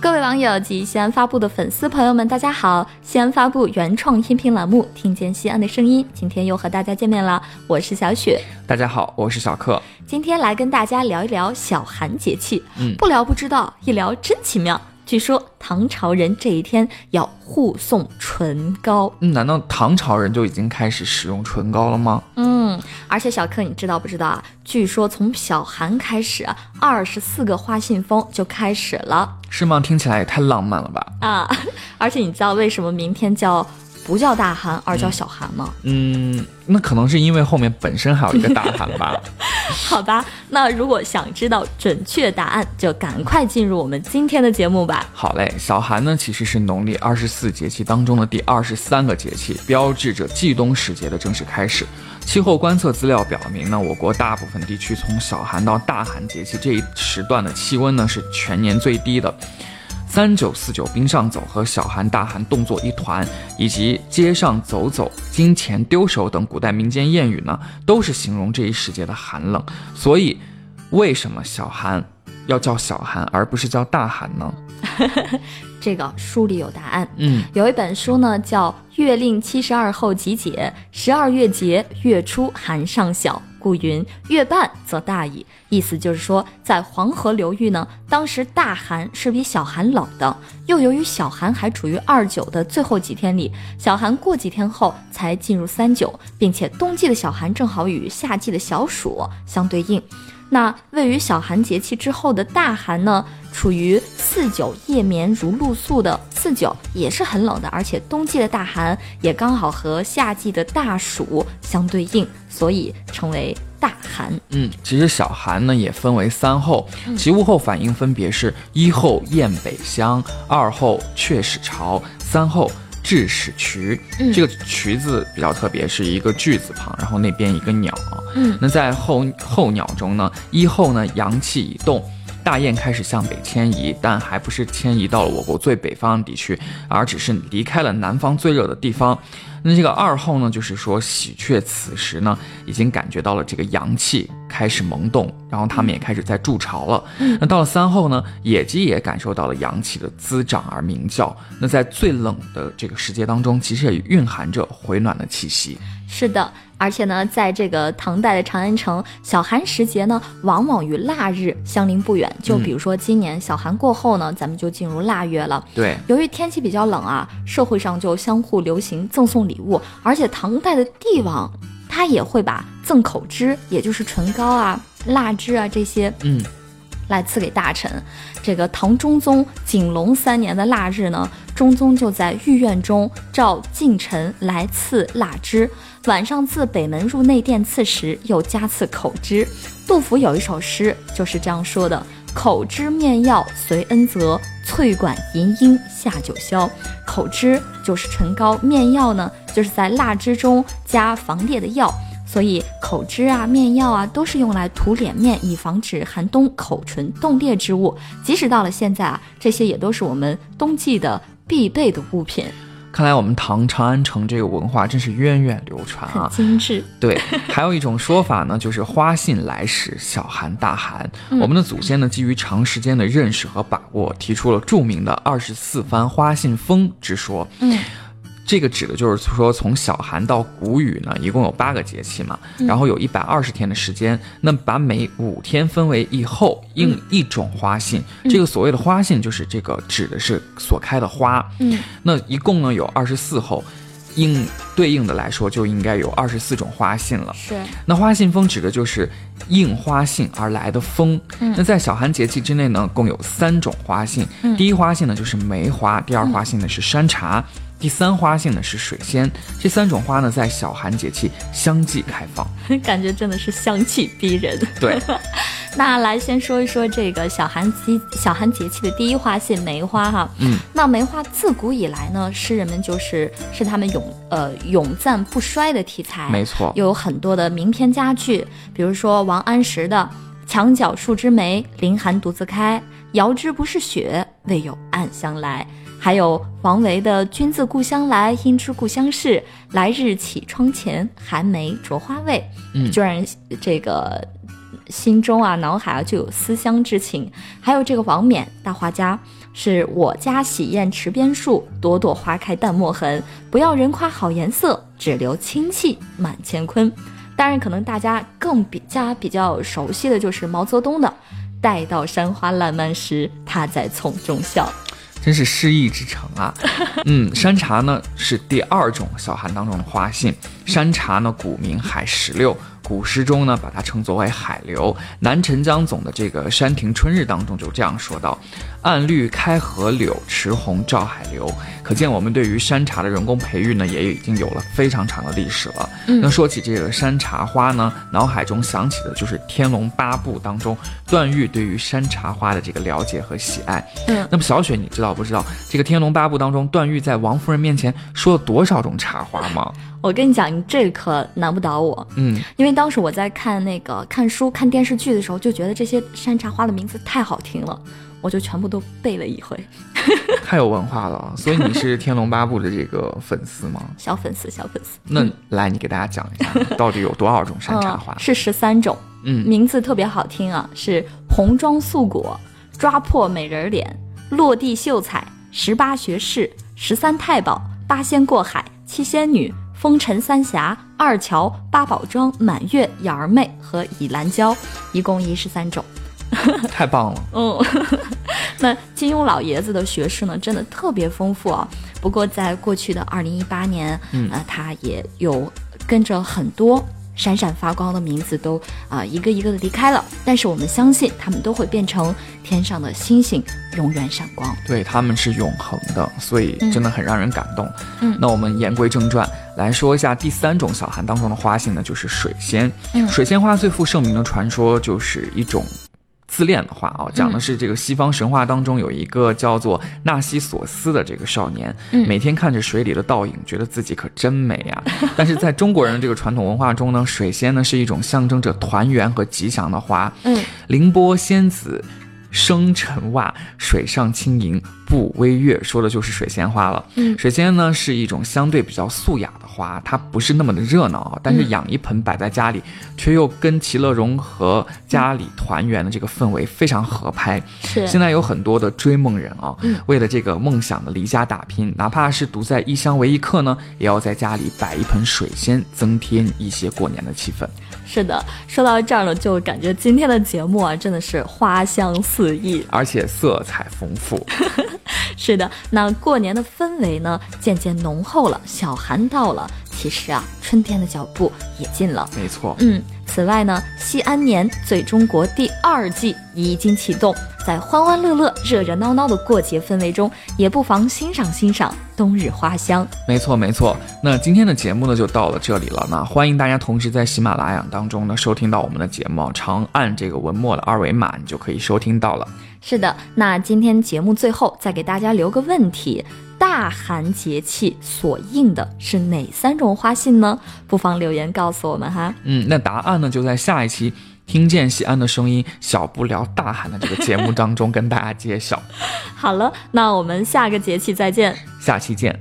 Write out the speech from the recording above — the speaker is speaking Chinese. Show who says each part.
Speaker 1: 各位网友及西安发布的粉丝朋友们，大家好！西安发布原创音频栏目《听见西安的声音》，今天又和大家见面了，我是小雪。
Speaker 2: 大家好，我是小克。
Speaker 1: 今天来跟大家聊一聊小寒节气，
Speaker 2: 嗯
Speaker 1: 不聊不知道，一聊真奇妙。据说唐朝人这一天要护送唇膏，
Speaker 2: 嗯，难道唐朝人就已经开始使用唇膏了吗？
Speaker 1: 嗯，而且小克，你知道不知道啊？据说从小寒开始，啊二十四个花信封就开始了
Speaker 2: 是吗？听起来也太浪漫了吧。
Speaker 1: 啊！ 而且你知道为什么明天叫不叫大寒，而叫小寒吗？
Speaker 2: 嗯，那可能是因为后面本身还有一个大喊吧。
Speaker 1: 好吧，那如果想知道准确答案，就赶快进入我们今天的节目吧。
Speaker 2: 好嘞，小寒呢其实是农历二十四节气当中的第二十三个节气，标志着季冬时节的正式开始。气候观测资料表明呢，我国大部分地区从小寒到大寒节气这一时段的气温呢是全年最低的。三九四九冰上走和小寒大寒冻作一团，以及街上走走、金钱丢手等古代民间谚语呢，都是形容这一时节的寒冷。所以，为什么小寒要叫小寒，而不是叫大寒呢？
Speaker 1: 这个书里有答案。
Speaker 2: 嗯，
Speaker 1: 有一本书呢，叫《月令七十二候集解》，十二月节，月初寒尚小，故云月半则大矣。意思就是说，在黄河流域呢，当时大寒是比小寒冷的，又由于小寒还处于二九的最后几天里，小寒过几天后才进入三九，并且冬季的小寒正好与夏季的小暑相对应。那位于小寒节气之后的大寒呢，处于四九夜眠如露宿的四九，也是很冷的，而且冬季的大寒也刚好和夏季的大暑相对应，所以称为大寒。
Speaker 2: 嗯，其实小寒呢也分为三候，其物候反应分别是一候雁北乡，二候雀始朝，三候雉始渠。
Speaker 1: 嗯
Speaker 2: 这个渠字比较特别，是一个句字旁，然后那边一个鸟。
Speaker 1: 嗯
Speaker 2: 那在候候鸟中呢，一候呢阳气已动。大雁开始向北迁移，但还不是迁移到了我国最北方的地区，而只是离开了南方最热的地方。那这个二候呢，就是说喜鹊此时呢已经感觉到了这个阳气开始萌动，然后它们也开始在筑巢了。那到了三候呢，野鸡也感受到了阳气的滋长而鸣叫。那在最冷的这个时节当中，其实也蕴含着回暖的气息。
Speaker 1: 是的，而且呢，在这个唐代的长安城，小寒时节呢，往往与腊日相邻不远。就比如说今年小寒过后呢，咱们就进入腊月了。
Speaker 2: 对，
Speaker 1: 由于天气比较冷啊，社会上就相互流行赠送礼物，而且唐代的帝王他也会把赠口脂，也就是唇膏啊、蜡汁啊这些
Speaker 2: 嗯，
Speaker 1: 来赐给大臣。这个唐中宗景龙三年的腊日呢，中宗就在御苑中召近臣来赐腊汁，晚上自北门入内殿赐食，又加赐口汁。杜甫有一首诗就是这样说的：“口汁面药随恩泽，翠管银缨下九霄。”口汁就是唇膏，面药呢就是在腊汁中加防裂的药。所以口汁啊、面药啊，都是用来涂脸面，以防止寒冬口唇冻裂之物。即使到了现在啊，这些也都是我们冬季的必备的物品，
Speaker 2: 看来我们唐长安城这个文化真是源远流传
Speaker 1: 很
Speaker 2: 啊。
Speaker 1: 精致。
Speaker 2: 对，还有一种说法呢，就是花信来时，小寒大寒。
Speaker 1: 嗯
Speaker 2: 我们的祖先呢，基于长时间的认识和把握，提出了著名的二十四番花信风之说。
Speaker 1: 嗯，
Speaker 2: 这个指的就是说，从小寒到谷雨呢，一共有八个节气嘛，然后有一百二十天的时间，那把每五天分为一候，应一种花信。这个所谓的花信，就是这个指的是所开的花。
Speaker 1: 嗯，
Speaker 2: 那一共呢有二十四候，应对应的来说就应该有二十四种花信了。
Speaker 1: 是，
Speaker 2: 那花信风指的就是应花信而来的风。
Speaker 1: 嗯
Speaker 2: 那在小寒节气之内呢，共有三种花信。
Speaker 1: 嗯
Speaker 2: 第一花信呢就是梅花，第二花信呢是山茶，第三花信呢是水仙。这三种花呢在小寒节气相继开放。
Speaker 1: 感觉真的是香气逼 人。
Speaker 2: 对，
Speaker 1: 那来先说一说这个小寒节小寒节气的第一花信梅花哈。
Speaker 2: 嗯，
Speaker 1: 那梅花自古以来呢，诗人们就是是他们永呃永赞不衰的题材。
Speaker 2: 没错。
Speaker 1: 有很多的名篇佳句，比如说王安石的“墙角数枝梅，凌寒独自开。遥知不是雪，为有暗香来”，还有王维的“君自故乡来，应知故乡事。来日绮窗前，寒梅着花未”，
Speaker 2: 嗯
Speaker 1: 就让人这个心中啊、脑海啊就有思乡之情。还有这个王冕，大画家，是我家喜宴池边树，朵朵花开淡墨痕。不要人夸好颜色，只留清气满乾坤。当然，可能大家更比家比较熟悉的就是毛泽东的“待到山花烂漫时，他在丛中笑”。
Speaker 2: 真是诗意之城啊！嗯，山茶呢是第二种小寒当中的花信。山茶呢，古名海石榴，古诗中呢把它称作为海流。南陈江总的这个《山亭春日》当中就这样说到：“暗绿开合柳，池红照海流。”可见我们对于山茶的人工培育呢，也已经有了非常长的历史了。那说起这个山茶花呢，脑海中想起的就是《天龙八部》当中段誉对于山茶花的这个了解和喜爱。
Speaker 1: 嗯
Speaker 2: 那么小雪，你知道不知道这个《天龙八部》当中段誉在王夫人面前说了多少种茶花吗？
Speaker 1: 我跟你讲，你这可难不倒我。
Speaker 2: 嗯，
Speaker 1: 因为当时我在看那个看书、看电视剧的时候，就觉得这些山茶花的名字太好听了，我就全部都背了一回。
Speaker 2: 太有文化了啊。所以你是《天龙八部》的这个粉丝 吗？
Speaker 1: 小粉丝，小粉丝，
Speaker 2: 那来，你给大家讲一下，到底有多少种山茶花
Speaker 1: 嗯、？是十三种，
Speaker 2: 嗯，
Speaker 1: 名字特别好听啊，是红妆素裹、抓破美人脸、落地秀才、十八学士、十三太保、八仙过海、七仙女、风尘三侠、二乔、八宝庄、满月、幺儿妹和倚兰娇，一共一十三种。
Speaker 2: 太棒了。
Speaker 1: 嗯， 那金庸老爷子的学识呢，真的特别丰富啊。不过在过去的二零一八年，
Speaker 2: 嗯
Speaker 1: 呃，他也有跟着很多闪闪发光的名字都啊、一个一个的离开了。但是我们相信，他们都会变成天上的星星，永远闪光。
Speaker 2: 对，他们是永恒的，所以真的很让人感动。
Speaker 1: 嗯
Speaker 2: 那我们言归正传，来说一下第三种小寒当中的花信呢，就是水仙。
Speaker 1: 嗯
Speaker 2: 水仙花最负盛名的传说就是一种。自恋的花啊，讲的是这个西方神话当中有一个叫做纳西索斯的这个少年，
Speaker 1: 嗯
Speaker 2: 每天看着水里的倒影，觉得自己可真美啊 呀、但是在中国人的这个传统文化中呢，水仙呢是一种象征着团圆和吉祥的花。
Speaker 1: 嗯，
Speaker 2: 凌波仙子生辰袜，水上轻盈步微月，说的就是水仙花了。
Speaker 1: 嗯
Speaker 2: 水仙呢是一种相对比较素雅的花，它不是那么的热闹啊，但是养一盆摆在家里，却又跟其乐融和、家里团圆的这个氛围非常合拍。
Speaker 1: 是
Speaker 2: 现在有很多的追梦人啊，为了这个梦想的离家打拼，哪怕是独在异乡为异客呢，也要在家里摆一盆水仙，增添一些过年的气氛。
Speaker 1: 是的。说到这儿呢，就感觉今天的节目啊，真的是花香四溢。
Speaker 2: 而且色彩丰富，
Speaker 1: 是的，那过年的氛围呢，渐渐浓厚了，小寒到了，其实啊，春天的脚步也近了。
Speaker 2: 没错。
Speaker 1: 嗯，此外呢，西安年最中国第二季已经启动，在欢欢乐乐、热热闹闹的过节氛围中，也不妨欣赏欣赏冬日花香。
Speaker 2: 没错，没错。那今天的节目呢，就到了这里了。那欢迎大家同时在喜马拉雅当中呢收听到我们的节目，长按这个文末的二维码，你就可以收听到了。
Speaker 1: 是的，那今天节目最后再给大家留个问题：大寒节气所应的是哪三种花信呢？不妨留言告诉我们哈。
Speaker 2: 嗯，那答案呢就在下一期《听见西安的声音，小不聊大喊》的这个节目当中跟大家揭晓。
Speaker 1: 好了，那我们下个节气再见。
Speaker 2: 下期见。